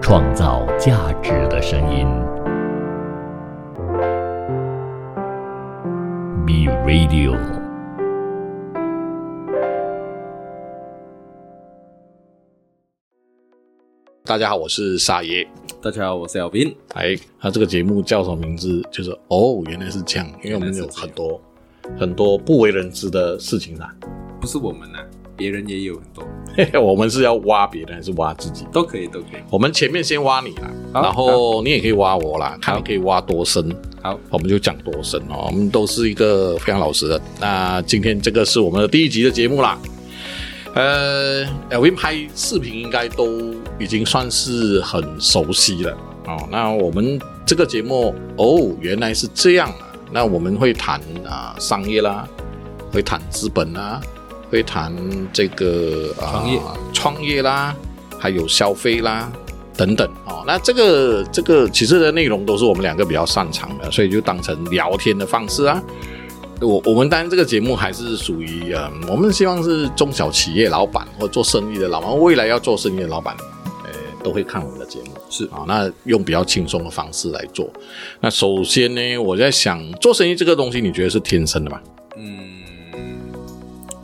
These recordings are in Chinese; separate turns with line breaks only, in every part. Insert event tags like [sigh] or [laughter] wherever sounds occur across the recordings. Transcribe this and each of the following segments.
创造价值的声音。B Radio。
大家好，我是沙爷。
大家好，我是小斌。
哎，他这个节目叫什么名字？就是哦，原来是这样，因为我们有很多很多不为人知的事情啦。
不是我们呐、别人也有很多，
嘿嘿， [laughs] 我们是要挖别人还是挖自己？
都可以，都可以。
我们前面先挖你啦，
好
然后你也可以挖我啦，看你可以挖多深，
好，
我们就讲多深哦。我们都是一个非常老实的。那今天这个是我们的第一集的节目啦。呃，LV 拍视频应该都已经算是很熟悉了哦。那我们这个节目哦，原来是这样啊。那我们会谈啊、商业啦，会谈资本啦，会谈这个啊、
创业
创业啦，还有消费啦等等哦。那这个这个其实的内容都是我们两个比较擅长的，所以就当成聊天的方式啊。我我们当然这个节目还是属于呃，我们希望是中小企业老板或做生意的老板，未来要做生意的老板，呃，都会看我们的节目
是
啊、那用比较轻松的方式来做。那首先呢，我在想做生意这个东西，你觉得是天生的吗？
嗯，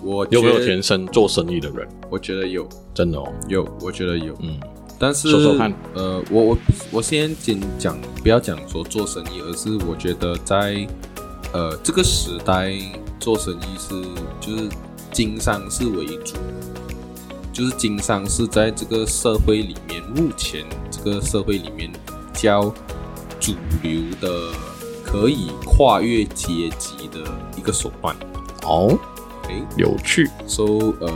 我
有没有
觉
天生做生意的人？
我觉得有，
真的哦，
有，我觉得有。
嗯，
但是，
说说看
呃，我我我先仅讲，不要讲说做生意，而是我觉得在呃这个时代做生意是就是经商是为主，就是经商是在这个社会里面，目前这个社会里面较主流的，可以跨越阶级的一个手段。
哦，
诶，
有趣，
so 呃，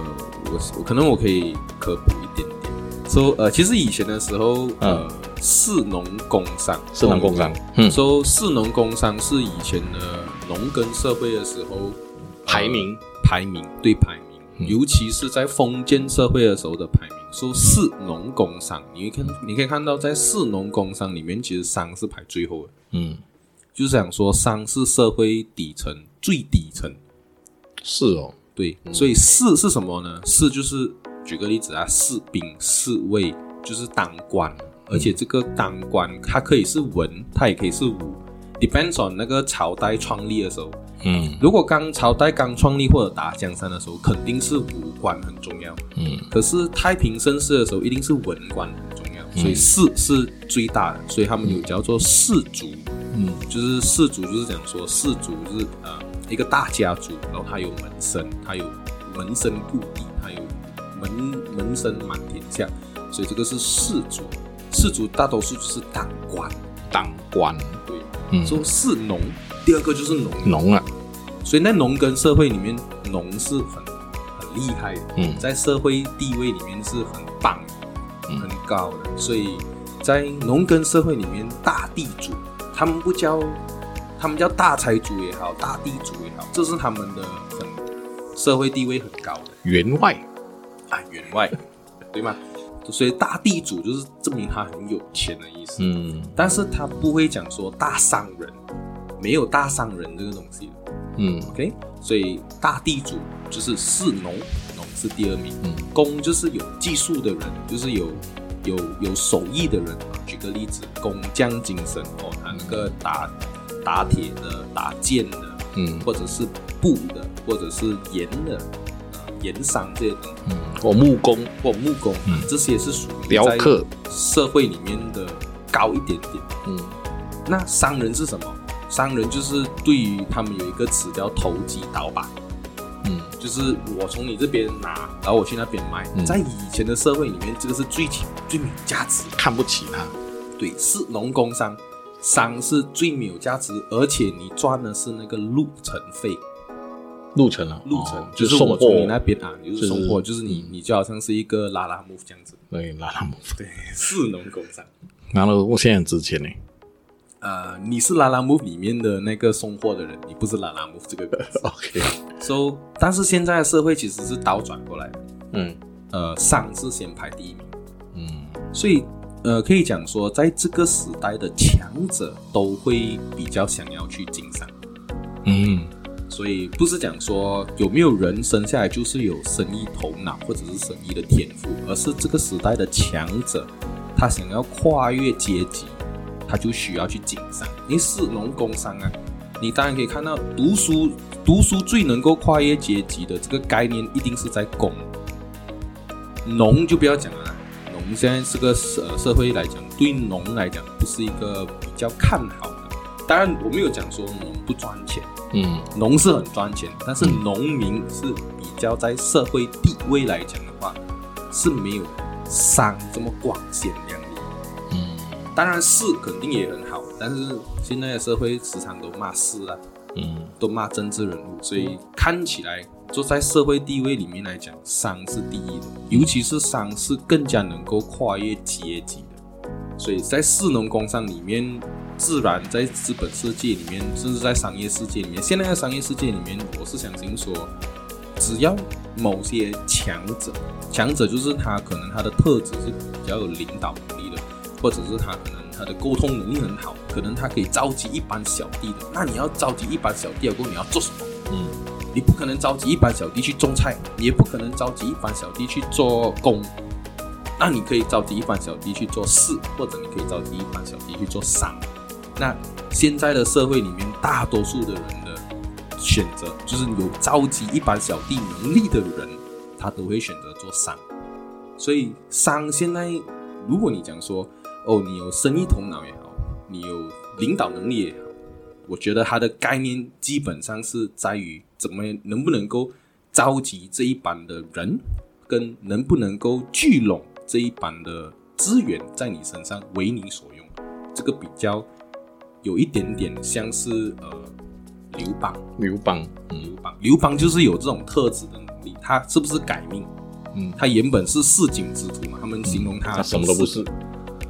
我是我可能我可以科普一点点。so 呃，其实以前的时候，呃，士农工商，
是能嗯工商，嗯，
so 士农工商是以前的农耕社会的时候呃
排名
排名对排名，
嗯
尤其是在封建社会的时候的排名。说士农工商，你看你可以看到，在士农工商里面，其实商是排最后的，
嗯，
就是想说商是社会底层最底层。
是哦，
对，所以士是什么呢？士就是举个例子啊，士兵、侍卫就是当官，而且这个当官它可以是文，它也可以是武，depends on 那个朝代创立的时候。
嗯
如果刚朝代刚创立或者打江山的时候，肯定是武官很重要。
嗯，
可是太平盛世的时候，一定是文官很重要，所以士是最大的，所以他们有叫做士族。
嗯，
就是氏族，就是讲说氏族就是呃一个大家族，然后他有门生，他有门生故地，他有门门生满天下，所以这个是氏族。氏族大多数就是当官，
当官，
对，
嗯，
说士农，第二个就是农，
农啊，
所以在农耕社会里面，农是很很厉害的，
嗯
在社会地位里面是很棒、
嗯
很高的，所以在农耕社会里面，大地主他们不叫他们叫大财主也好，大地主也好，这是他们的很社会地位很高的
员外，
啊，员外，
[laughs]
对吗？所以大地主就是证明他很有钱的意思，
嗯
但是他不会讲说大商人，没有大商人这个东西的。
嗯
OK，所以大地主就是士农，农是第二名，
嗯
工就是有技术的人，就是有有有手艺的人啊。举个例子，工匠精神哦，他那个打打铁的、打剑的，
嗯
或者是布的，或者是盐的，啊，盐商这些东西，
嗯，我木工，
或木工，
嗯
这些是属于
雕刻，
在社会里面的高一点点。
嗯
那商人是什么？商人就是对于他们有一个词叫投机倒把。
嗯
就是我从你这边拿，然后我去那边卖。
嗯
在以前的社会里面，这个是最起最没有价值。
看不起他，
对，是农工商，商是最没有价值，而且你赚的是那个路程费，
路程啊，
路程、
哦就
就
是是送
我
货，嗯
从你那边啊，你就
就是
是送货，就是是你你就好像是一个拉拉木这样子。
对，拉拉木，
对，是农工商。
然后我现在很值钱呢，
[laughs] 呃，你是拉拉木里面的那个送货的人，你不是拉拉木这个公司
[laughs] OK，
So，但是现在的社会其实是倒转过来的，
嗯
呃，商是先排第一名。
嗯
所以呃，可以讲说，在这个时代的强者都会比较想要去经商，
嗯
所以不是讲说有没有人生下来就是有生意头脑或者是生意的天赋，而是这个时代的强者他想要跨越阶级，他就需要去经商。你士农工商啊，你当然可以看到读书，读书最能够跨越阶级的这个概念，一定是在工。农就不要讲了啦，农现在这个社社会来讲，对农来讲不是一个比较看好的。当然，我没有讲说农不赚钱，
嗯
农是很赚钱，但是
嗯
农民是比较在社会地位来讲的话，是没有商这么光鲜亮丽。
嗯
当然是肯定也很好，但是现在的社会时常都骂是啊，
嗯
都骂政治人物，所以看起来就在社会地位里面来讲，商是第一的，尤其是商是更加能够跨越阶级的，所以在士农工商里面，自然在资本世界里面，甚至在商业世界里面，现在的商业世界里面，我是相信说，只要某些强者，强者就是他可能他的特质是比较有领导能力的，或者是他可能他的沟通能力很好，可能他可以召集一班小弟的。那你要召集一班小弟，过后你要做什么？
嗯
你不可能召集一班小弟去种菜，你也不可能召集一班小弟去做工。那你可以召集一班小弟去做事，或者你可以召集一班小弟去做商。那现在的社会里面，大多数的人的选择就是有召集一班小弟能力的人，他都会选择做商。所以商现在，如果你讲说，哦，你有生意头脑也好，你有领导能力也好，我觉得它的概念基本上是在于怎么能不能够召集这一班的人，跟能不能够聚拢这一班的资源在你身上为你所用，这个比较有一点点像是呃刘邦，
刘邦，
刘邦，刘邦就是有这种特质的能力，他是不是改命？
嗯
他原本是市井之徒嘛，他们形容他、
他什么都不是，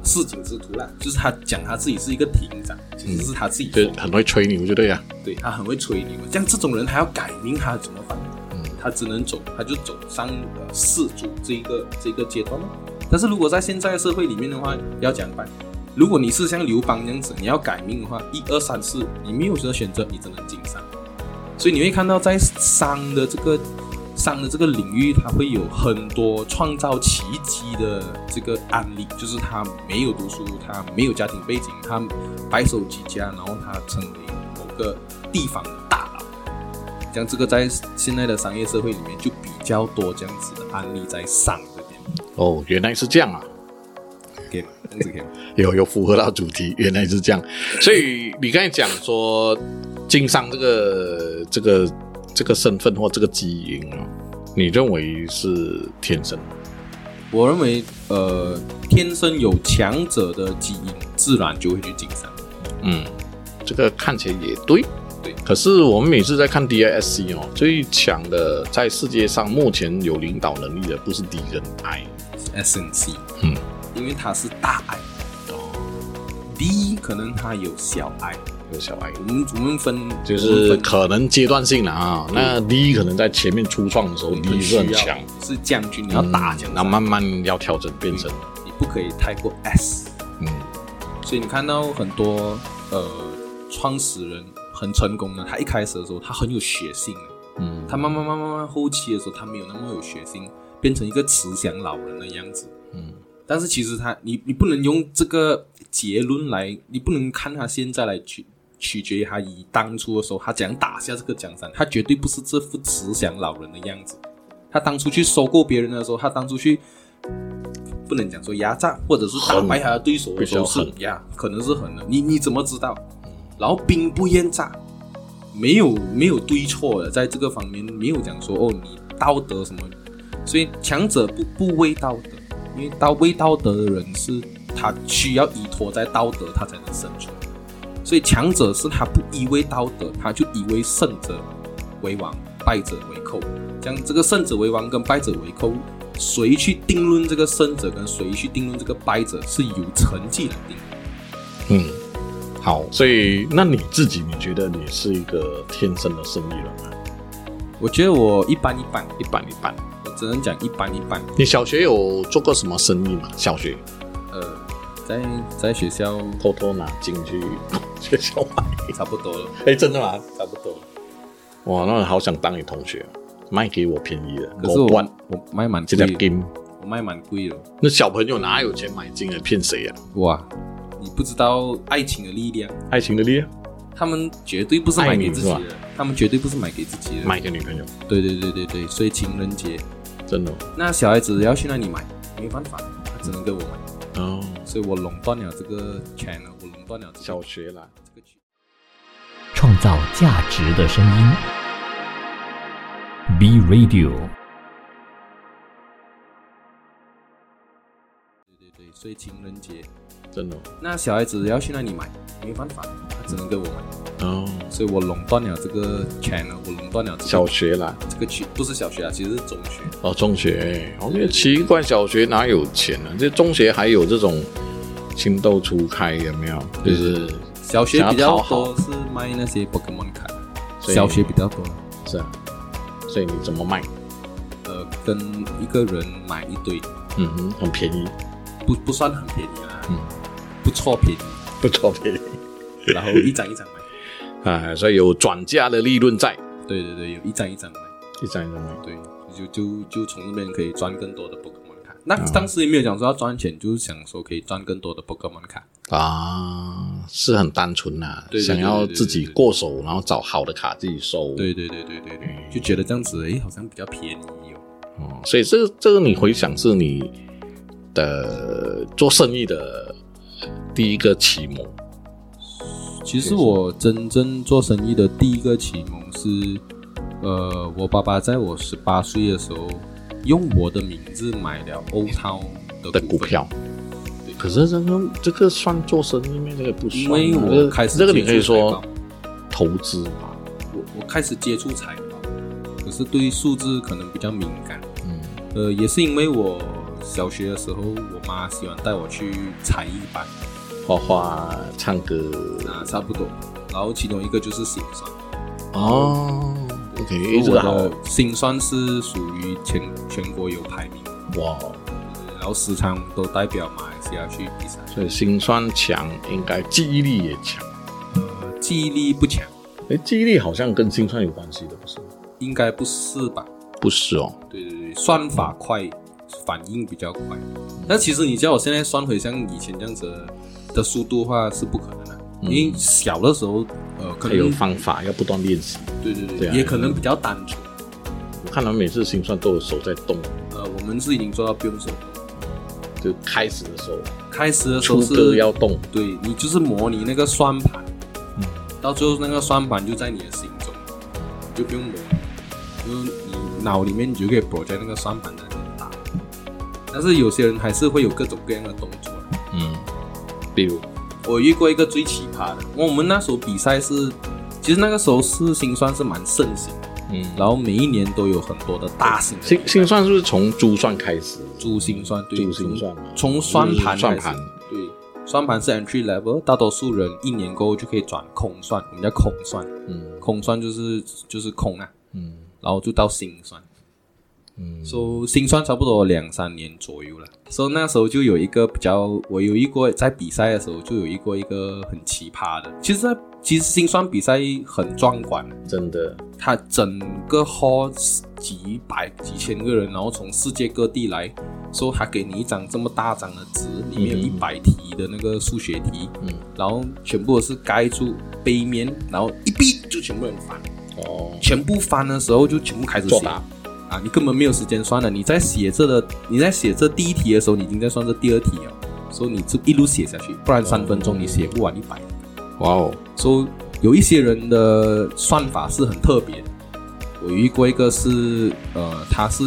市井之徒啦，就是他讲他自己是一个亭长，其
嗯
实是他自己
就
疯
很会吹牛，就对啊，
对他很会吹牛，像这种人还要改名，他怎么办？
嗯
他只能走，他就走上呃世主这一个这一个阶段了。但是如果在现在的社会里面的话，要讲办，如果你是像刘邦这样子，你要改名的话，一二三四，你没有得选择，你只能经商。所以你会看到在商的这个商的这个领域，它会有很多创造奇迹的这个案例，就是他没有读书，他没有家庭背景，他白手起家，然后他成为某个地方的大佬。像这个在现在的商业社会里面就比较多这样子的案例在商这边
哦，原来是这样啊，
可以吗？这样子可以吗？
有有符合到主题，原来是这样。所以你刚才讲说经商这个这个这个身份或这个基因啊，你认为是天生的？
我认为，呃，天生有强者的基因，自然就会去经商。
嗯，这个看起来也对。
对
可是我们每次在看 DISC 哦，最强的在世界上目前有领导能力的不是敌人哎 I，
SNC，
嗯，
因为它是大爱。D 可能它有小爱，
有小 I，
我们我们分
就
我们
是
分
可能阶段性的啊。那 D 可能在前面初创的时候，D 是很
需要
强，
是将军，你要打
嗯
将军，
那慢慢要调整变成
你不可以太过 S。
嗯
所以你看到很多呃创始人很成功的，他一开始的时候他很有血性的，
嗯，
他慢慢慢慢慢慢后期的时候他没有那么有血性，变成一个慈祥老人的样子。
嗯
但是其实他，你你不能用这个结论来，你不能看他现在来取取决于他以当初的时候他怎样打下这个江山，他绝对不是这副慈祥老人的样子。他当初去收购别人的时候，他当初去不能讲说压榨，或者是打败他的对手的时候
狠
是
必
呀，可能是狠的。你你怎么知道？然后兵不厌诈，没有没有对错的，在这个方面没有讲说哦你道德什么，所以强者不不畏道德，因为道畏道德的人是他需要依托在道德他才能生存，所以强者是他不依偎道德，他就依偎胜者为王，败者为寇。将这个胜者为王跟败者为寇，谁去定论这个胜者跟谁去定论这个败者是由成绩来定。
嗯，好，所以那你自己，你觉得你是一个天生的生意人吗？
我觉得我一般一般，
一般一般。
我只能讲一般一般。
你小学有做过什么生意吗？小学
呃，在在学校
偷偷拿金去 [laughs] 学校卖？
差不多了，
哎，真的吗？
差不多了。
哇，那我好想当你同学，卖给我便宜的，
可是
我不
我
管
我卖蛮
这
贵
条
的，
金，
我卖蛮贵的。
那小朋友哪有钱买金的？骗谁啊？
哇，你不知道爱情的力量，
爱情的力量，
他们绝对不是买给自己
爱你
的，他们绝对不是买给自己的。
买给女朋友，
对对对对对，所以情人节
真的哦
那小孩子要去那里买，没办法，他只能给我买，
哦，
所以我垄断了这个 channel，我垄断了这个
小学啦。
这个区。
创造价值的声音。B Radio。
对对对，所以情人节
真的
那小孩子要去那里买，没办法，他只能给我买，
哦，
所以我垄断了这个 channel，我垄断了这个
小学啦，
这个区，不是小学啊，其实是中学。
哦，中学，我觉得奇怪，小学哪有钱啊？这中学还有这种情窦初开，有没有？就是
小学
想要
比较
讨好
多是卖那些 Pokemon 卡，
所以
小学比较多，
是啊，所以你怎么卖？
呃，跟一个人买一堆，
嗯哼，很便宜，
不不算很便宜啊，
嗯，
不错便宜，
[laughs] 不错便宜
然后一张一张买，
啊，所以有转嫁的利润在，
对对对，有一张一张买，
一张一张卖。
对，就就就从那边可以赚更多的 Pokemon 卡。那
啊
当时也没有讲说要赚钱，就是想说可以赚更多的 Pokemon 卡。
啊，是很单纯呐、
对对对
想要自己过手，然后找好的卡自己收。
对对对对对
嗯
对，就觉得这样子，诶，好像比较便宜哦。
哦，所以这个这个你回想是你的呃做生意的呃第一个启蒙。
其实我真正做生意的第一个启蒙是，呃，我爸爸在我十八岁的时候，用我的名字买了欧涛
的
的
股
份，
票。可是这个这个算做生意吗？这个不算啊。
因为
这
我
个
开始
这个你
接触
可以说
财报
投资嘛，
我我开始接触财报，可是对数字可能比较敏感。
嗯，
呃，也是因为我小学的时候，我妈喜欢带我去才艺班
画画、唱歌
啊，差不多。然后其中一个就是心算，
哦，OK，这
我
个好
的心算是属于全全国有排名，
哇，
然后时常都代表马来西亚去比赛。
所以心算强，应该记忆力也强。
呃，记忆力不强，
哎，记忆力好像跟心算有关系的，不是吗？
应该不是吧？
不是哦，
对对对，算法快，反应比较快。但其实你叫我现在算回像以前这样子的的速度的话是不可能的，
嗯
因为小的时候，呃，可
还有
能
方法要不断练习。
对对对，
对啊
也可能比较单纯。
我看他们每次心算都有手在动，
呃，我们是已经做到不用手了。
就开始的时候
开始的时候
出歌
是
要动，
对你就是模拟那个算盘，
嗯
到最后那个算盘就在你的心中，你就不用模拟，就是你脑里面你就可以 project 那个算盘在那里打。但是有些人还是会有各种各样的动作。
嗯，比如
我遇过一个最奇葩的，我们那时候比赛是，其实那个时候是心算是蛮盛行的，
嗯，
然后每一年都有很多的大型的
心心算是不是从珠算开始？
珠心算，对，
珠心算嘛
从从算盘
嗯算
开始
盘，
对，算盘是 entry level，大多数人一年过后就可以转空算，我们叫空算，
嗯
空算就是就是空啊，
嗯
然后就到心算，
嗯，
so, 心算差不多两三年左右了。所、以那时候就有一个比较，我有一个在比赛的时候就有一个一个很奇葩的。其实在，其实心算比赛很壮观啊的，
真的
它整个 hall 几百几千个人，然后从世界各地来，说、他给你一张这么大张的纸，里面有一百题的那个数学题，
嗯，
然后全部是盖住背面，然后一闭就全部人翻。
哦，
全部翻的时候就全部开始
作
写
答
啊，你根本没有时间算了。你在写这的，你在写这第一题的时候，你已经在算这第二题了，所以你就一路写下去，不然三分
嗯
钟你写不完一百。
哇哦，
所以有一些人的算法是很特别的。我遇过一个是呃，他是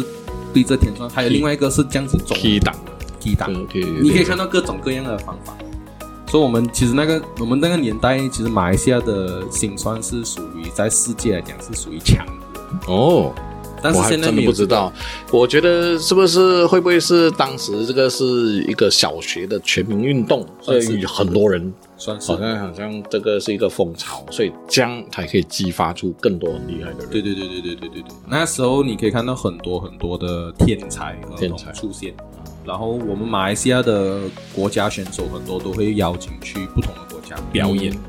对着天算，还有另外一个是这样子走
Key 档
踢档，
对可以，
你可以看到各种各样的方法。所以，我们其实那个我们那个年代，其实马来西亚的心算是属于在世界来讲是属于强国，
哦，
但是
我还
现在
真
没
的
有
不知道，我觉得是不是会不会是当时这个是一个小学的全民运动，所
算是
以很多人
算是
好像好像这个是一个风潮，所以这样才可以激发出更多很厉害的人。
对对对对对对对对。那时候你可以看到很多很多的天才儿
天
童
才
出现，然后我们马来西亚的国家选手很多都会邀请去不同的国家表演，
嗯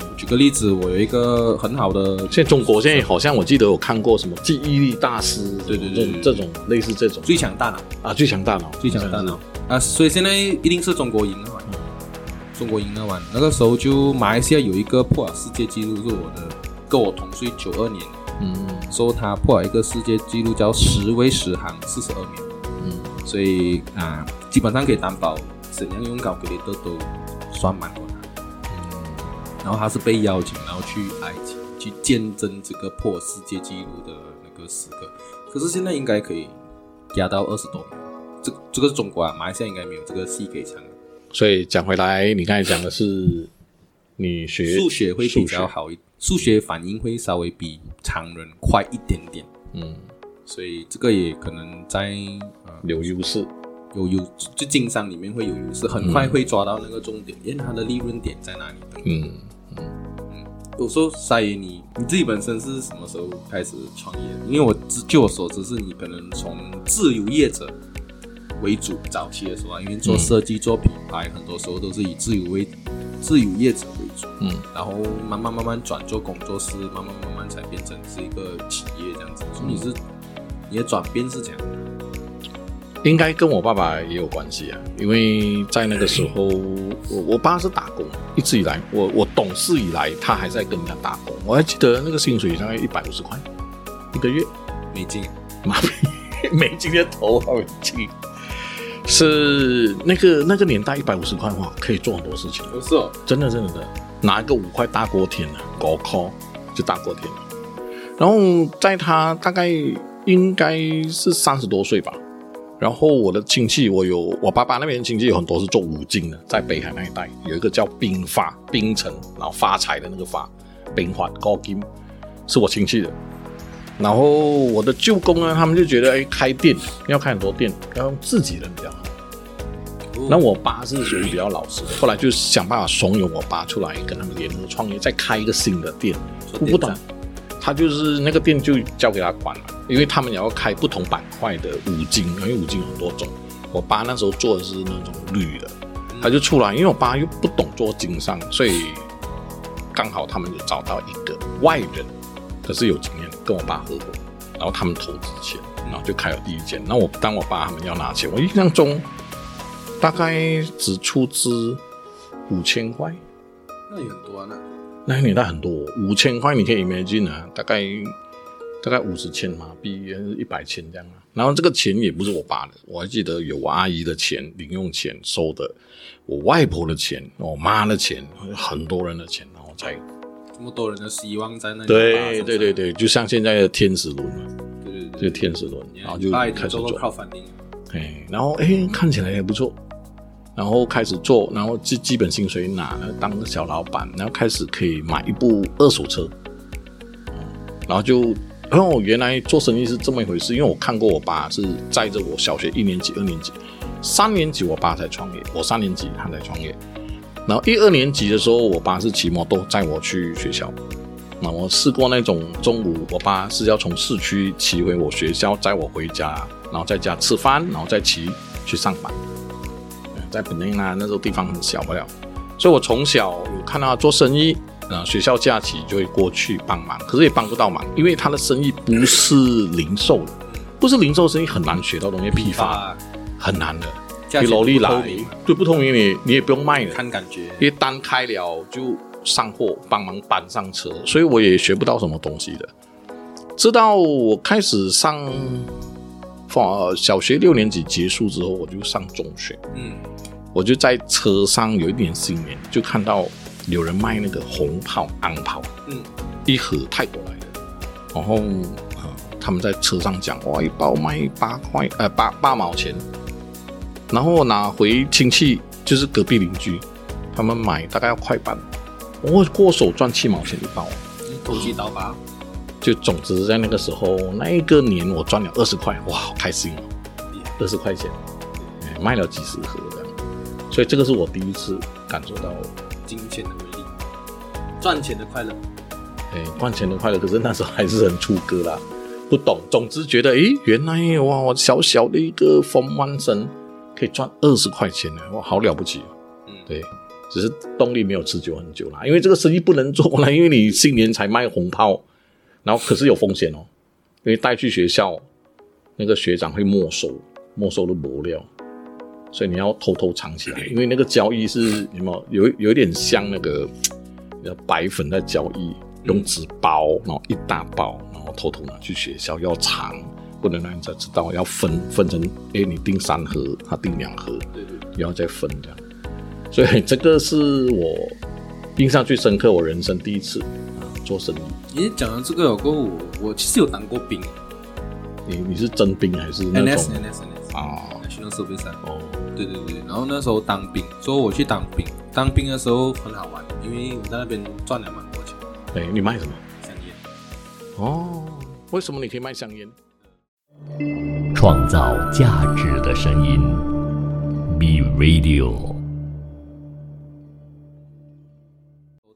我觉举个例子，我有一个很好的，
现在中国现在好像我记得我看过什么记忆力大师，
对对对对
这种这种类似这种
最强大脑，
啊最强大脑，
最强大脑嗯啊，所以现在一定是中国赢了嘛，中国赢了嘛。那个时候就马来西亚有一个破了世界纪录，是我的跟我同岁九二年，
嗯，
说他破了一个世界纪录叫十微十行四十二秒，
嗯
所以啊，基本上可以担保沈阳勇敢给力都都算蛮过他。
嗯
然后他是被邀请，然后去埃及去见证这个破世界纪录的那个时刻。可是现在应该可以压到二十多秒，这这个是中国啊，马来西亚应该没有这个戏可以唱。
所以讲回来，你刚才讲的是你学
数学会
数
比较
学，
好一，数学反应会稍微比常人快一点点，
嗯，
所以这个也可能在呃
有优势，
有有就经商里面会有优势，很快会抓到那个重点，因为它的利润点在哪里等等
嗯。
有时候沙爷你你自己本身是什么时候开始创业的？因为我知据我所知是你可能从自由业者为主早期的时候啊，因为做设计、做品牌，很多时候都是以自由为自由业者为主，
嗯，
然后慢慢慢慢转做工作室，慢慢慢慢才变成是一个企业这样子。所以你是
嗯
你的转变是怎样？
应该跟我爸爸也有关系啊，因为在那个时候，我我爸是打工，一直以来，我我懂事以来，他还在跟人家打工。我还记得那个薪水大概一百五十块一个月， [laughs]
美金
妈逼，美金的头啊，美金是那个那个年代一百五十块哇，可以做很多事情，
不是哦，
真的真的真的，拿一个五块大锅贴啊，高考就大锅贴了。然后在他大概应该是三十多岁吧，然后我的亲戚，我有我爸爸那边亲戚有很多是做五金的，在北海那一带有一个叫冰发冰城，然后发财的那个发，冰发高金是我亲戚的。然后我的舅公呢，他们就觉得哎，开店要开很多店，要用自己人比较好。
哦
那我爸是属于比较老实的，后来就想办法怂恿我爸出来跟他们联合创业，再开一个新的店。我不懂，他就是那个店就交给他管了，因为他们也要开不同板块的五金，因为五金有很多种。我爸那时候做的是那种铝的，他就出来，因为我爸又不懂做经商，所以刚好他们就找到一个外人，可是有经验，跟我爸合伙，然后他们投资钱，然后就开了第一间。那我当我爸他们要拿钱，我印象中大概只出资五千块，
那也很多啊，那
那个年代很多、五千块你可以 imagine 啊，大概大概五十千马币，一百千这样啊。然后这个钱也不是我爸的，我还记得有我阿姨的钱、零用钱收的，我外婆的钱、我妈的钱，很多人的钱，然后才
这么多人的希望在那里。
对对对，对，就像现在的天使轮嘛，
对对
就
对，
天使轮，然后就
爸已
开
经
始
做
做
过，靠反应。
哎，然后哎看起来也不错，然后开始做，然后基基本薪水拿，然后当个小老板，然后开始可以买一部二手车，然后就，然后我原来做生意是这么一回事，因为我看过我爸是载着我小学一年级、二年级、三年级，我爸才创业，我三年级他才创业，然后一二年级的时候，我爸是骑摩托载我去学校。那我试过那种中午，我爸是要从市区骑回我学校，载我回家，然后在家吃饭，然后再骑去上班。呃在本地呢，那时候地方很小不了，所以我从小有看到他做生意，呃，学校假期就会过去帮忙，可是也帮不到忙，因为他的生意不是零售的，不是零售生意很难学到东西，批发
啊，
很难的。
价
你
钱
萝莉
不透
来
明嘛，
对，不同于你，你也不用卖的，
看感觉。
因为单开了就上货，帮忙搬上车，所以我也学不到什么东西的。直到我开始上，放呃小学六年级结束之后，我就上中学，
嗯，
我就在车上有一年新年就看到有人卖那个红炮、昂炮，
嗯，
一盒泰国来的，然后呃，他们在车上讲哇，一包卖八块，呃八八毛钱，然后我拿回亲戚，就是隔壁邻居，他们买大概要快半，我过手赚七毛钱一包，
投机倒把，
就总之在那个时候那一个年我赚了二十块，哇，好开心哦，二十块钱，哎卖了几十盒这样，所以这个是我第一次感受到。
金钱的威力，赚钱的快乐。
哎，赚钱的快乐，可是那时候还是很出格啦，不懂。总之觉得，诶，原来哇，我小小的一个风湾神可以赚二十块钱呢，哇，好了不起、哦。
嗯，
对，只是动力没有持久很久啦，因为这个生意不能做了，因为你新年才卖红包，然后可是有风险哦，因为带去学校，那个学长会没收，没收的磨料，所以你要偷偷藏起来，因为那个交易是有没有有一有一点像那个呃白粉在交易，用纸包，然后一大包，然后偷偷拿去学校要藏。不能让人家知道，要分分成，哎，你订三盒，他订两盒，
对对，
然后再分这样。所以这个是我印象最深刻，我人生第一次啊做生意。
你讲到这个有过我，我其实有当过兵
你你是征兵还是那
，NS
种
NS NS
啊？
National Service 啊
哦，
对对对，然后那时候当兵，所以我去当兵，当兵的时候很好玩，因为我在那边赚了蛮多钱，
哎，你卖什么？
香烟。
哦，为什么你可以卖香烟？
创造价值的声音，B Radio。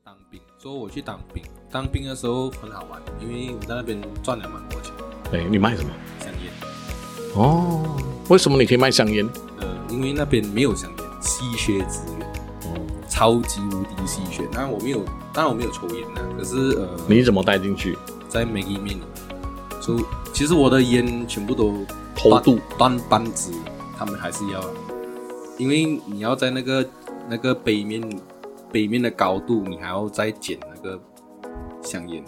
当兵，所以我去当兵，当兵的时候很好玩，因为我在那边赚了蛮多钱，
哎，你卖什么？
香烟。
哦，为什么你可以卖香烟？
呃，因为那边没有香烟，稀缺资源，
哦，
超级无敌稀缺。当然我没有，当然我没有抽烟呐，可是呃，
你怎么带进去？
在每一面，所以其实我的烟全部都
偷渡
断半支，他们还是要，因为你要在那个那个北面北面的高度，你还要再捡那个香烟，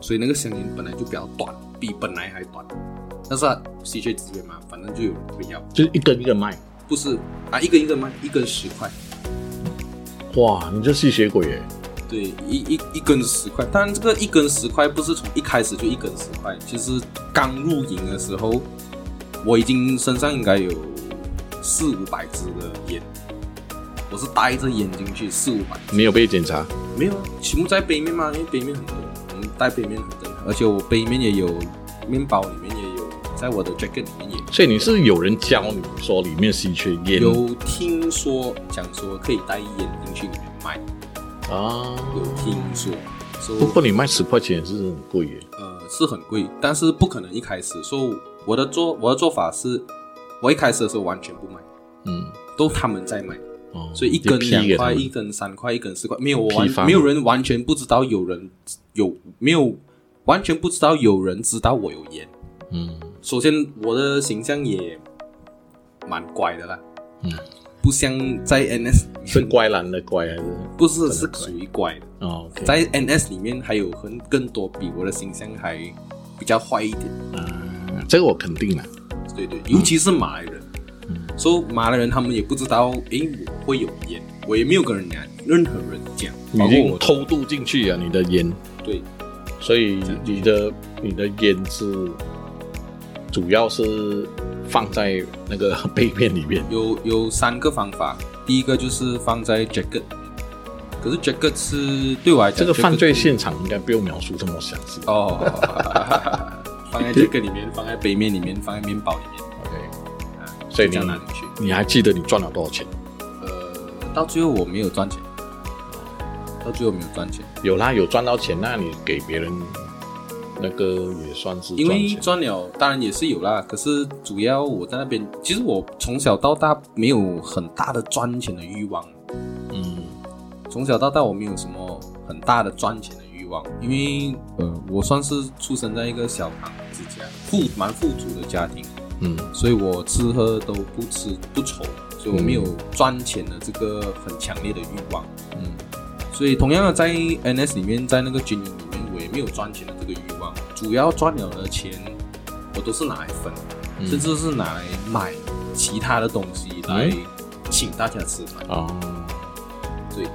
所以那个香烟本来就比较短，比本来还短，但是它稀缺资源嘛，反正就有人会要，
就是一根一根卖。
不是啊，一根一根卖，一根十块。
哇，你这吸血鬼耶！
对，一一一根十块，当然这个一根十块不是从一开始就一根十块，其实刚入营的时候，我已经身上应该有四五百支的烟，我是带着烟进去四五百，
你有被检查？
没有，啊，全部在北面嘛，因为北面很多，我们带北面很正常，而且我北面也有面包，里面也有，在我的 jacket 里面也有。
所以你是有人教你说里面稀缺烟
有听说讲说可以带烟进去里面卖，
啊？
有听说，说
不过你卖十块钱也是很贵耶。
呃是很贵，但是不可能一开始。所以我的做我的做法是，我一开始的时候完全不买，
嗯，
都他们在买，
哦，
所以一根
就批
两
给他
块、
们
一根三块、一根四块，没有我完
批发
没有人完全不知道有人有没有完全不知道有人知道我有烟。
嗯
首先我的形象也蛮乖的啦，
嗯，
不像在 NS 里面
是乖男的乖还是？
不是
真
是
的乖
属于乖的，
哦，OK，
在 NS 里面还有很更多比我的形象还比较坏一点。
嗯这个我肯定了。
对对，尤其是马来人，
嗯
说、马来人他们也不知道，诶，我会有烟，我也没有跟人家任何人讲，
你
包
已
括
经
我
偷渡进去啊，你的烟，
对
所以你的你的烟是主要是放在那个 [laughs] 被片里面。
有有三个方法，第一个就是放在 jacket，可是 jacket 是对我来讲
这个
jacket
犯罪现场应该不用描述这么详细。
哦， [laughs] 放在 jacket 里面，放在杯面里面，放在面包里面，
OK，
啊，
所以
就这样
你
拿进去，
你还记得你赚了多少钱？
呃，到最后我没有赚钱，到最后没有赚钱，
有啦，有赚到钱，那你给别人那个也算是
因为
钱
赚了，当然也是有啦。可是主要我在那边，其实我从小到大没有很大的赚钱的欲望，
嗯
从小到大我没有什么很大的赚钱的欲望，因为呃，我算是出生在一个小康之家，富蛮富足的家庭，
嗯
所以我吃喝都不吃不愁，所以我没有赚钱的这个很强烈的欲望。
嗯
所以同样的，在 NS 里面，在那个军营里面，我也没有赚钱的这个欲望，主要赚了的钱，我都是拿来分，
嗯
甚至是拿来买其他的东西来
嗯
请大家吃饭。
哦，
对，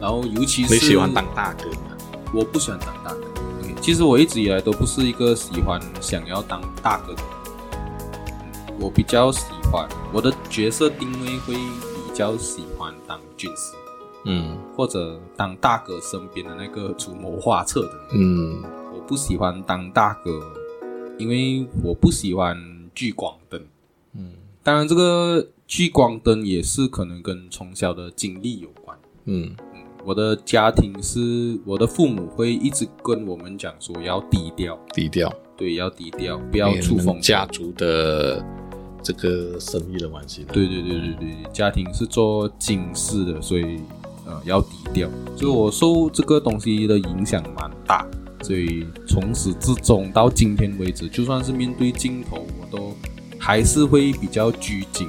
然后尤其是
你喜欢当大哥吗？
我不喜欢当大哥。OK，其实我一直以来都不是一个喜欢想要当大哥的人，嗯我比较喜欢我的角色定位会比较喜欢当军师。
嗯
或者当大哥身边的那个出谋划策的人。
嗯
我不喜欢当大哥，因为我不喜欢聚光灯。
嗯
当然，这个聚光灯也是可能跟从小的经历有关。
嗯
嗯，我的家庭是我的父母会一直跟我们讲说要低调，
低调，
对，要低调，不
不
要出风头
家族的这个生意的关系。，
对对对对对，家庭是做警示的，所以呃要低调，所以我受这个东西的影响蛮大，所以从始至终到今天为止，就算是面对镜头，我都还是会比较拘谨，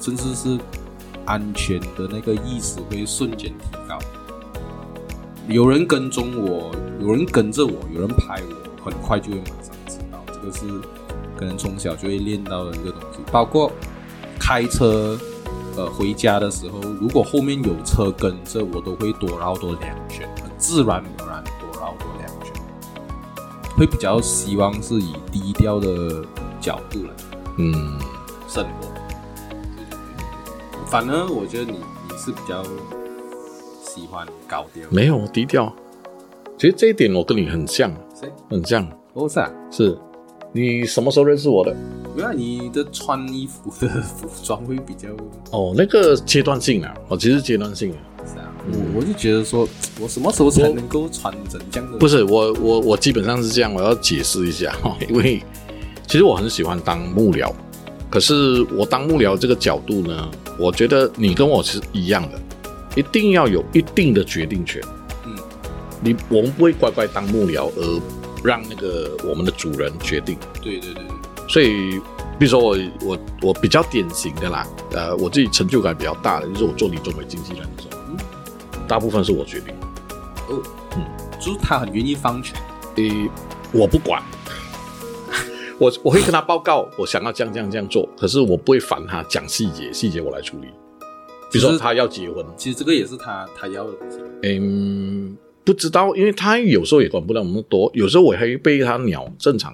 甚至是安全的那个意识会瞬间提高。有人跟踪我，有人跟着我，有人拍我，很快就会马上知道，这个是可能从小就会练到的一个东西，包括开车。呃，回家的时候，如果后面有车跟着，我都会多绕多两圈，很自然而然多绕多两圈，会比较希望是以低调的角度来
嗯，
生活。反而我觉得你你是比较喜欢高调，
没有低调。其实这一点我跟你很像，
谁？
很像。
不是啊，
是，你什么时候认识我的？
没有啊你的穿衣服的服装会比较
哦，那个阶段性啊，我其实阶段性啊。
是啊，我我就觉得说，我什么时候才能够穿成这样的？
不是我我我基本上是这样，我要解释一下哈，因为其实我很喜欢当幕僚，可是我当幕僚这个角度呢，我觉得你跟我是一样的，一定要有一定的决定权。
嗯，
你我们不会乖乖当幕僚而让那个我们的主人决定，
对对对对，
所以。比如说我我我比较典型的啦，呃，我自己成就感比较大的就是我做李宗伟经纪人的时候，
嗯
大部分是我决定，
哦，就是他很愿意放权。
呃，我不管， [laughs] 我我会跟他报告，我想要这样这样这样做，可是我不会烦他讲细节，细节我来处理。比如
只
说
是
他要结婚，
其实这个也是他他要的东西。
嗯，不知道，因为他有时候也管不了那么多，有时候我还会被他鸟，正常，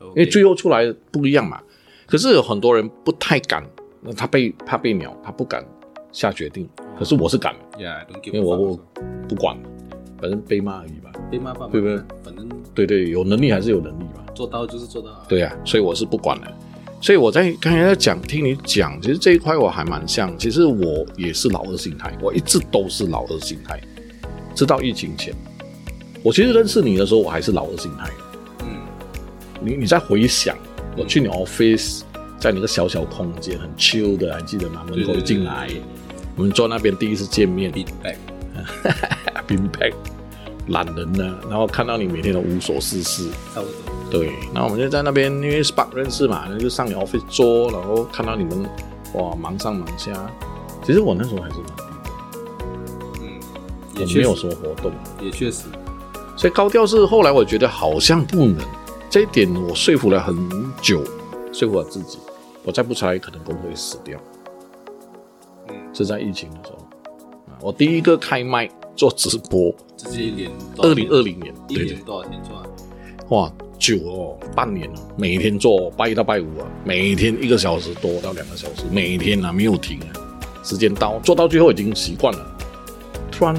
因
因为最后出来不一样嘛。可是有很多人不太敢，那他被他被鸟，他不敢下决定，可是我是敢的，
呀，don't
因
give
为我
a fuck
我不管，反正被骂而已吧。
被骂吧，
对不对？
反正
对对，有能力还是有能力嘛。
做到就是做到。，啊
对呀、所以我是不管的。所以我在刚才在讲，听你讲，其实这一块我还蛮像。其实我也是老二心态，我一直都是老二心态，直到疫情前。我其实认识你的时候，我还是老二心态。
嗯，
你你在回想，我去你 office，在你个小小空间，很 chill 的，还记得吗？门口一进来，我们坐那边第一次见面，
，beat back，
冰 p 懒人呢、然后看到你每天都无所事事，
差不多。
对，那我们就在那边，因为 Spark 认识嘛，那就上你 office 桌，然后看到你们哇忙上忙下。其实我那时候还是蛮低
嗯，
的，
也
我没
确
有
实，
什么活动，
也确实，
所以高调是后来我觉得好像不能，这一点我说服了很久，说服我自己，我再不拆可能公司会死掉。
嗯，
是在疫情的时候，啊我第一个开麦做直播，
这是一年多
二
少
零
钱，
二零年，
一
对对
年，多少钱啊赚？
哇，久哦，半年了，每天做，拜一到拜五啊，每天一个小时多到两个小时，每天啊没有停啊，时间到，做到最后已经习惯了，突然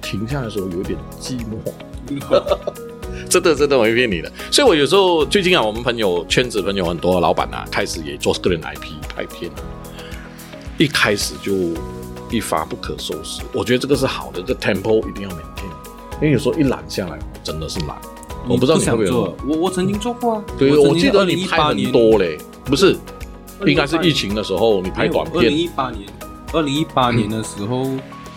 停下来的时候有点寂寞，
[laughs]
真的真的我没骗你的，所以我有时候最近啊，我们朋友圈子朋友很多老板啊，开始也做个人 IP 拍片啊，一开始就一发不可收拾，我觉得这个是好的，这个 tempo 一定要 maintain，因为有时候一懒下来哦真的是懒。我不知道你会
想
不会有
做，我我曾经做过啊。
对，我
我
记得你拍
拍
很多嘞，不是，应该是疫情的时候你拍短
二零
片，
一八年，二零一八年的时候，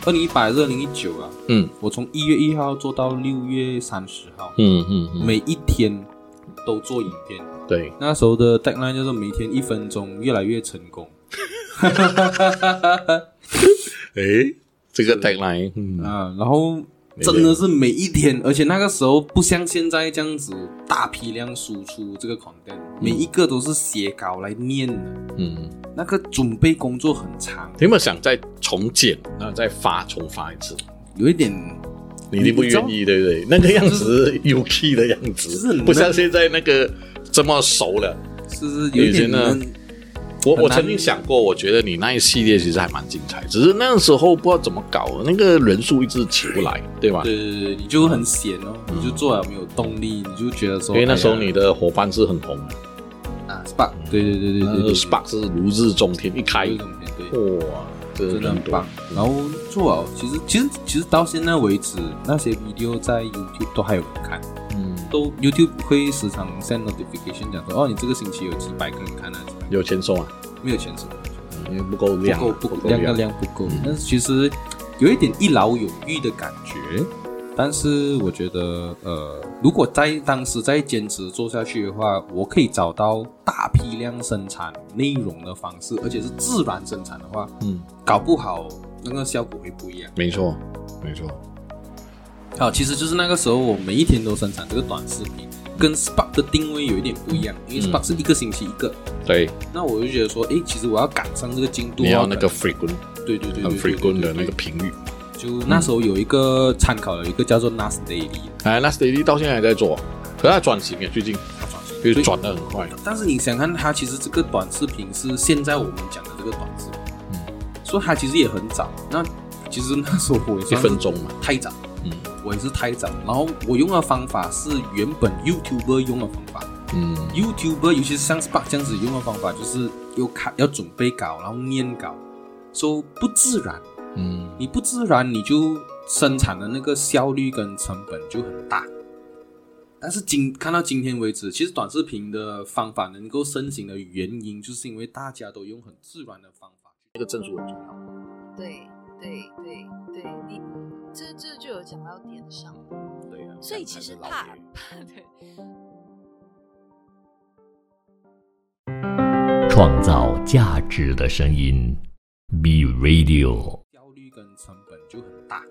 二零一八还是二零一九啊？
嗯
我从一月一号做到六月三十号，
嗯嗯嗯，
每一天都做影片。
对，
那时候的 deadline 就是每天一分钟，越来越成功。
诶，这个 deadline，嗯，
啊，然后真的是每一天，而且那个时候不像现在这样子大批量输出这个 content，每一个都是写稿来念的，
嗯，
那个准备工作很长，
你有没有想再重剪，然后再发重发一次？
有一点
你一定不愿意，对不对？那个样子有 key 的样
[laughs] 就是很
子，
难
不像现在那个这么熟了。
是有一
以前
点
呢
闷
我
很难
我曾经想过，我觉得你那一系列其实还蛮精彩，只是那时候不知道怎么搞，那个人数一直起不来，对吧？
对对对，你就很闲哦，你就做了没有动力，你就觉得说，
嗯因为那时候你
哎
的伙伴是很红的，
呀啊 spark，对对对对对
那
对
Spark 是如日中天，一开
有一种感觉对。
哇，这
真的很
人多
棒。然后做好，其实其实其实到现在为止，那些 video 在 YouTube 都还有人看，
嗯，
都 YouTube 会时常 send notification 讲说，哦，你这个星期有几百个人看啊，几百
有钱收啊，
没有钱收，
因为不够
不
量啊，
够不量的量不够。但是其实有一点一劳永逸的感觉。但是我觉得，呃，如果在当时再坚持做下去的话，我可以找到大批量生产内容的方式，而且是自然生产的话，
嗯，
搞不好那个效果会不一样。
没错，没错，
好，其实就是那个时候，我每一天都生产这个短视频，跟 Spark 的定位有一点不一样，因为
嗯
Spark 是一个星期一个，
对，
那我就觉得说，诶，其实我要赶上这个进度，
你
我
要那个
赶
frequent
对对对
很
对对
frequent
对
的那
对
个频率。
就那时候有一个参考了一个叫做 Nas Daily
哎，Last Daily 到现在还在做，可是它转型也啊最近
它转型
就是转的很快。
但是你想看它，其实这个短视频是现在我们讲的这个短视频，
嗯
所以它其实也很早。那其实那时候我也
一
算是
分钟嘛，
太早，
嗯
我也是太早。然后我用的方法是原本 YouTuber 用的方法
嗯
，YouTuber 尤其是像 Spark 这样子用的方法，就是要看要准备稿，然后念稿，说、不自然。
嗯，
你不自然，你就生产的那个效率跟成本就很大。但是今看到今天为止，其实短视频的方法能够盛行的原因，就是因为大家都用很自然的方法。
这个证书很重要。
对对对对，你这这就有讲到点上，
[laughs]
对啊
所以其实怕对。
创造价值的声音，B Radio。
效率跟成本就很大。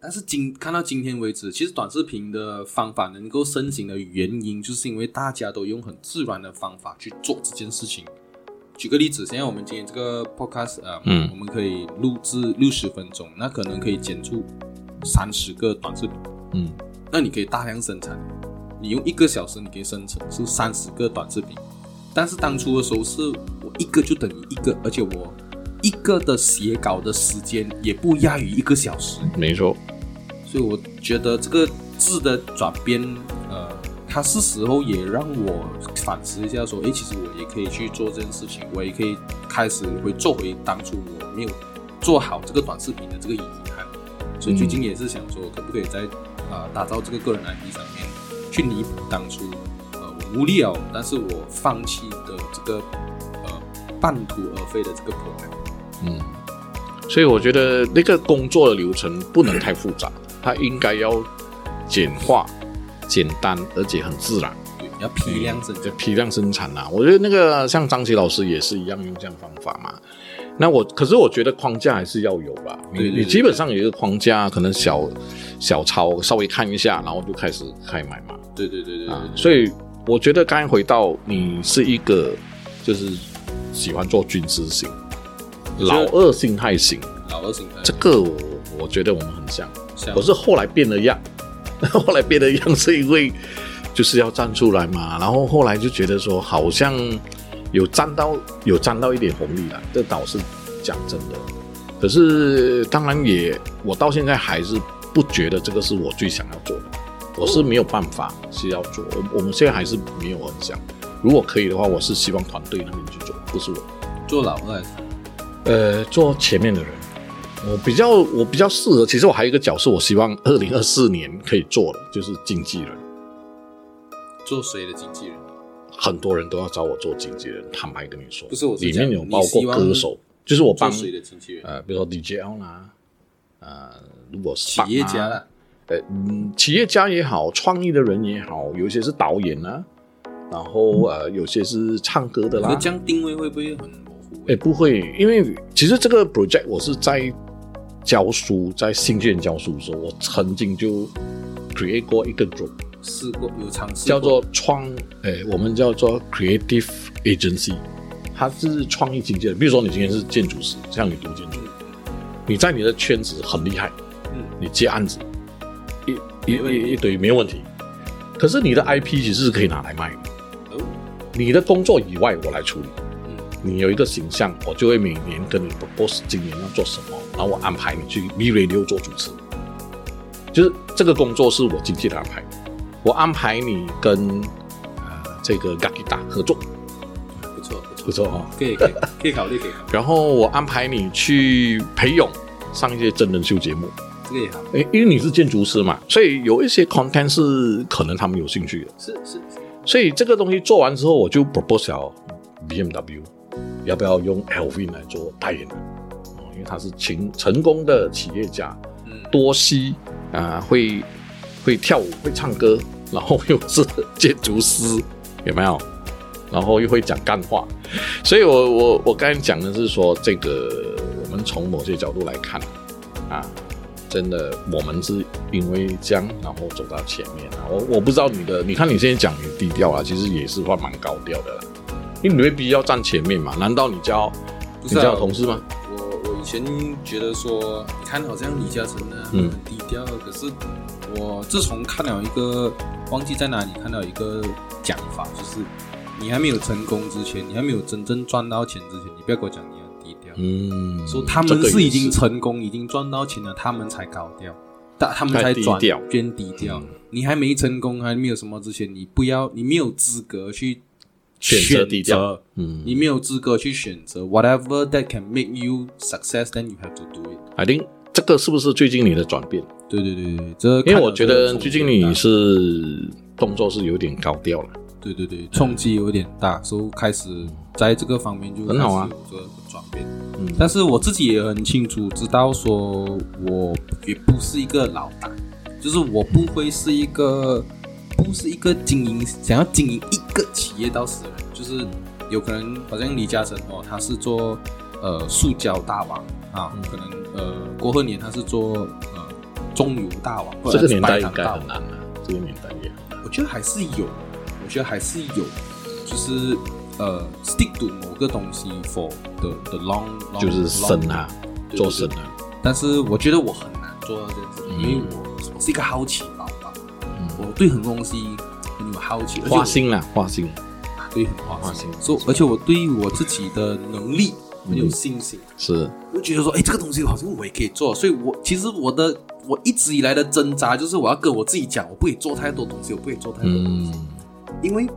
但是今看到今天为止，其实短视频的方法能够盛行的原因，就是因为大家都用很自然的方法去做这件事情。举个例子，现在我们今天这个 podcast，呃，
嗯
我们可以录制六十分钟，那可能可以剪出三十个短视频，
嗯，
那你可以大量生产，你用一个小时，你可以生产出三十个短视频。但是当初的时候是我一个就等于一个，而且我一个的写稿的时间也不亚于一个小时，
没错，
所以我觉得这个字的转变，呃，它是时候也让我反思一下，说，诶，其实我也可以去做这件事情，我也可以开始会做回当初我没有做好这个短视频的这个遗憾。所以最近也是想说，可不可以在啊、呃打造这个个人 IP 上面去弥补当初呃我无力哦，但是我放弃的这个呃半途而废的这个 program。
嗯，所以我觉得那个工作的流程不能太复
嗯
杂，它应该要简化、简单，而且很自然。
对，要批量生
就
产。
批量生产啦、啊我觉得那个像张琪老师也是一样用这样方法嘛。那我可是我觉得框架还是要有吧，你
对对对
你基本上有一个框架，可能小小抄稍微看一下，然后就开始开买嘛
对对对对对
啊。
对
所以我觉得刚才回到你是一个就是喜欢做军师型、
觉
老
得
二心态型，
老二型态。
这个我我觉得我们很像。
像
我是后来变了样， [laughs] 后来变了样是因为就是要站出来嘛，然后后来就觉得说好像有站到有站到一点红利了，这倒是讲真的。可是当然也，我到现在还是不觉得这个是我最想要做的，我是没有办法是要做，我我们现在还是没有很想。如果可以的话，我是希望团队那边去做，不是我。
做老二，
呃，做前面的人，我比较我比较适合。其实我还有一个角色，我希望二零二四年可以做的，就是经纪人。
做谁的经纪人？
很多人都要找我做经纪人，坦白跟你说，
不是我是
里
讲
面有包
你希
括
望
歌手，就是我
做
帮
谁的经纪人？
呃，比如说 DJL 啦，啊呃，如果是
企业家
啦，
啦，
呃，嗯，企业家也好，创意的人也好，有一些是导演啦，然后呃，有些是唱歌的
可
啦
是，这样定位会不会很模糊？
哎，不会，因为其实这个 project 我是在教书，在新建教书的时候，我曾经就 create 过一个 group，
试过有尝试过
叫做创，哎，我们叫做 creative agency，它是创意经纪人。比如说你今天是建筑师，像你读建筑，你在你的圈子很厉害，
嗯，
你接案子一一
没问题
一一堆没问题，可是你的 IP 其实是可以拿来卖的。
哦
你的工作以外我来处理。
嗯
你有一个形象，我就会每年跟你 propose 今年要做什么，然后我安排你去 m i r a d i o 做主持。就是这个工作是我经纪人安排的，我安排你跟呃这个 Gagita 合作，
不错不错，
不错哦。
可以
[laughs]
可以可以考虑可以考虑，
然后我安排你去裴勇上一些真人秀节目，
这个也好，
诶，因为你是建筑师嘛，所以有一些 content 是可能他们有兴趣的。
是是是，
所以这个东西做完之后，我就 propose 了 BMW，要不要用 Elvin 来做代言人？哦因为他是成成功的企业家，
嗯，
多西啊、会会跳舞，会唱歌， [laughs] 然后又是 [laughs] 建筑师，有没有？然后又会讲干话，所以我我我刚才讲的是说，这个我们从某些角度来看啊，真的我们是因为这样，然后走到前面啊。我我不知道你的，你看你现在讲你低调啊，其实也是算蛮高调的啦，因为你没必要站前面嘛？难道你教你
不是啊
教同事吗？？
我我以前觉得说，你看好像李嘉诚啊，
嗯
很低调，可是我自从看了一个忘记在哪里看到一个讲法，就是你还没有成功之前，你还没有真正赚到钱之前，你不要跟我讲你很低调。
嗯，
说他
这
们
个也
是已经成功、已经赚到钱了，他们才高调，但他们才
太低
转
调
变低调。
嗯
你还没成功，还没有什么之前，你不要，你没有资格去
选择低调
选择
嗯
你没有资格去选择 whatever that can make you success, then you have to do it。
，I think 这个是不是最近你的转变？
对对对对，这
因为
看
我
了
觉
这个
得
冲
最
击
近
很大
你是动作是有点高调了，
对对
嗯
对冲击有点大，所以开始在这个方面就
很好啊，
这个转变。
嗯，
但是我自己也很清楚知道，说我也不是一个老大，就是我不会是一个，不是一个经营想要经营一个企业到死的人，就是有可能好像李嘉诚哦，他是做呃塑胶大王啊，
嗯
可能呃郭鹤年他是做呃中油大王，啊或
这
者
个
是
年代
白
应
糖
该
大王
很难啊了、这个年代也很难
我觉得还是有，我觉得还是有，就是呃，stick to 某个东西 for the the long，, long
就是生
long-
啊，
对
做生。
对对
啊，
但是我觉得我很难做到这件事情，
嗯
因为我我是一个好奇宝宝，
嗯，
我对很多东西很有好奇，而且我
花心啦，花心，
啊对很花
花
心
心，嗯
所以而且我对于我自己的能力很有信心。
是
我觉得说，哎，这个东西好像我也可以做，所以我其实我的我一直以来的挣扎就是我要跟我自己讲，我不可以做太多东西，我不可以做太多东
嗯，，
西因为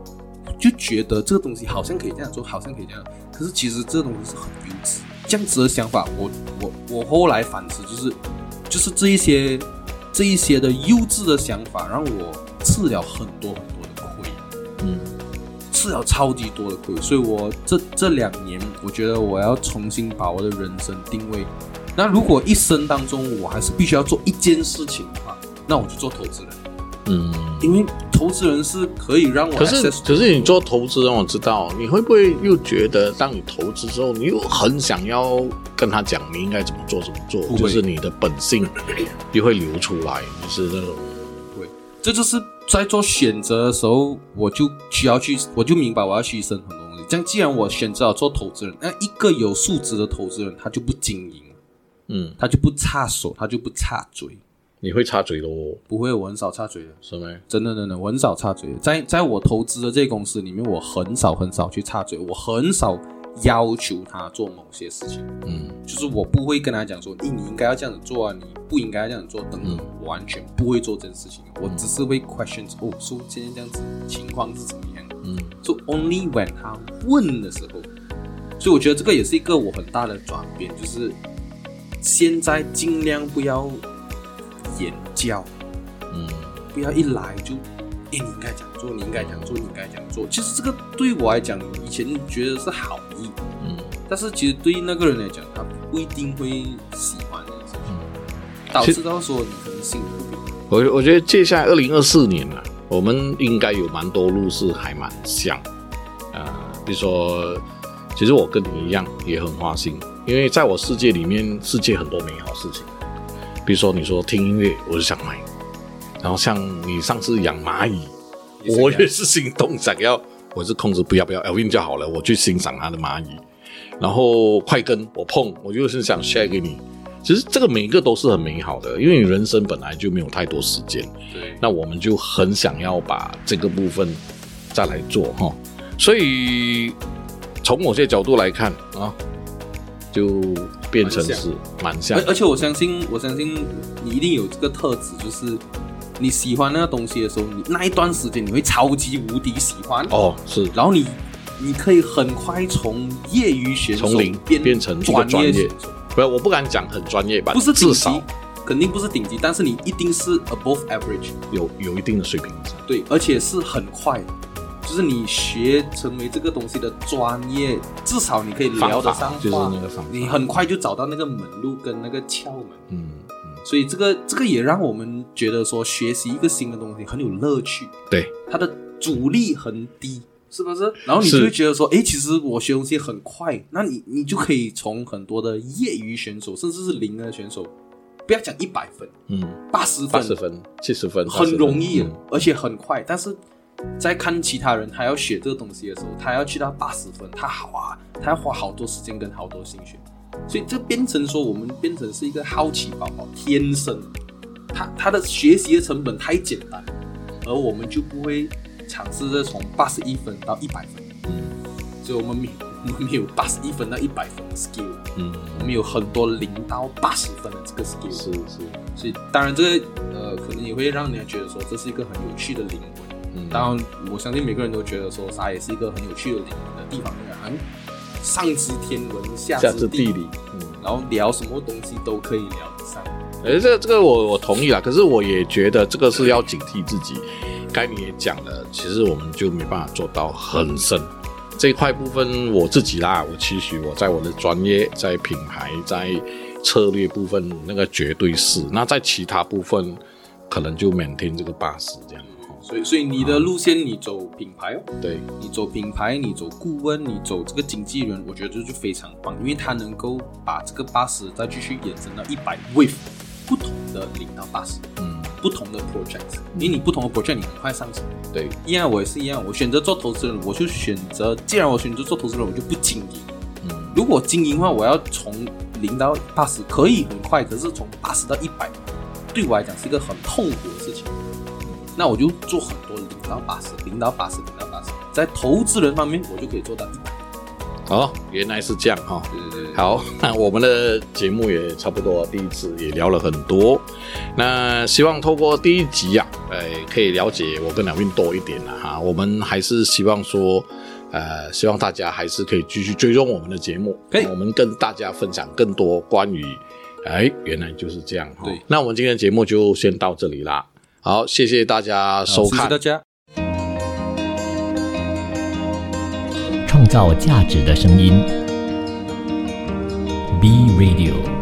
就觉得这个东西好像可以这样做，好像可以这样，可是其实这个东西是很幼稚。这样子的想法，我我我后来反思，就是就是这一些这一些的幼稚的想法，让我吃了很多很多的亏，
嗯，
吃了超级多的亏。所以我这这两年，我觉得我要重新把我的人生定位。那如果一生当中我还是必须要做一件事情的话，那我就做投资人，
嗯。
因为投资人是可以让我
可是
access，
可是你做投资让我知道，你会不会又觉得，当你投资之后，你又很想要跟他讲你应该怎么做，怎么做
不，会
就是你的本性又会流出来，就是那种
这就是在做选择的时候，我就需要去，我就明白我要牺牲很多东西。这样，既然我选择了做投资人，那一个有素质的投资人，他就不经营，
嗯，
他就不插手，他就不插嘴。
你会插嘴喽，
不会，我很少插嘴的，
是吗？
真的真的，我很少插嘴的。在在我投资的这公司里面，我很少很少去插嘴，我很少要求他做某些事情，
嗯
就是我不会跟他讲说，诶，你应该要这样子做啊，你不应该要这样子做等等，
嗯
我完全不会做这件事情，我只是会 question 哦，说今天这样子情况是怎么样的。
嗯，
就 only when 他问的时候，所以我觉得这个也是一个我很大的转变，就是现在尽量不要言教，
嗯，
不要一来就，哎、你应该这样做，你应该这样做，你应该这样做。其实这个对我来讲，以前觉得是好意，
嗯，
但是其实对于那个人来讲，他不一定会喜欢这件事情，
嗯
导
其
致到说你可能心里不平衡。
我我觉得接下来二零二四年呢、我们应该有蛮多路是还蛮像，呃，比如说，其实我跟你一样也很花心，因为在我世界里面，世界很多美好事情，比如说你说听音乐，我就想买，然后像你上次养蚂蚁，
也是
我
一样
也是心动，想要，我是控制不要不要 L Win 就好了，我去欣赏它的蚂蚁，然后快跟我碰，我就是想 share 给你。其实这个每一个都是很美好的，因为你人生本来就没有太多时间，
对，
那我们就很想要把这个部分再来做哈。所以从某些角度来看啊，就变成是蛮像
而，而且我相信，我相信你一定有这个特质，就是你喜欢那个东西的时候，你那一段时间你会超级无敌喜欢，
哦，是
然后你你可以很快从业余选手
从零
变
变成一个
专
专业
选手，
不，我不敢讲很专业吧，
不是顶
至
级
少，
肯定不是顶级，但是你一定是 above average，
有有一定的水平以上。
对，而且是很快的。就是你学成为这个东西的专业，至少你可以聊
方
得
法
上话，
就是那个方法，
你很快就找到那个门路跟那个窍门。
嗯嗯，
所以这个这个也让我们觉得说，学习一个新的东西很有乐趣，
对，
它的阻力很低，是不是？然后你
是
就会觉得说，诶，其实我学东西很快，那你你就可以从很多的业余选手，甚至是零的选手，不要讲一百分，
嗯，
八十
八
分，
十分、七十分，
很
80分
容易，
嗯
而且很快。但是在看其他人他要学这个东西的时候，他要去到八十分，他好啊，他要花好多时间跟好多心血，所以这变成说我们变成是一个好奇宝宝，天生他他的学习的成本太简单，而我们就不会尝试着从八十一分到一百分，
嗯
所以我们没有我们没有八十一分到一百分的 skill，
嗯，
我们有很多零到八十分的这个 skill。
是是，
所以当然这个呃，可能也会让人家觉得说这是一个很有趣的灵魂。
嗯，
当然，我相信每个人都觉得说沙也是一个很有趣的灵魂的地方，对吧？嗯上知天文，下
下
知
至
地
地
理
理，，嗯。
然后聊什么东西都可以聊得上。
哎，这这个我我同意啊啦，可是我也觉得这个是要警惕自己。该你也讲了，其实我们就没办法做到很深这一块部分。我自己啦，我期许我在我的专业、在品牌、在策略部分，那个绝对是。那在其他部分，可能就 maintain 这个八十这样。
所以，所以你的路线你走品牌哦，
对，
你走品牌，你走顾问，你走这个经纪人，我觉得这就非常棒，因为他能够把这个八十再继续延伸到一百 with 不同的零到八十，
嗯，
不同的 project，因为你不同的 project 你很快上手。
对，
一样，我也是一样，我选择做投资人，我就选择，既然我选择做投资人，我就不经营。
嗯
如果经营的话，我要从零到八十，可以很快，可是从八十到一百，对我来讲是一个很痛苦的事情。那我就做很多零到八十，零到八十，零到八十，在投资人方面，我就可以做到一百。
哦，原来是这样哦哈、
对对对，
好，那我们的节目也差不多，第一次也聊了很多。那希望透过第一集啊，呃，可以了解我跟两位多一点了、哈。我们还是希望说，呃，希望大家还是可以继续追踪我们的节目，
可以
我们跟大家分享更多关于，哎，原来就是这样哈、
对
那我们今天的节目就先到这里啦。好，谢谢大家收
谢谢
看。
大家。
创造价值的声音。B Radio。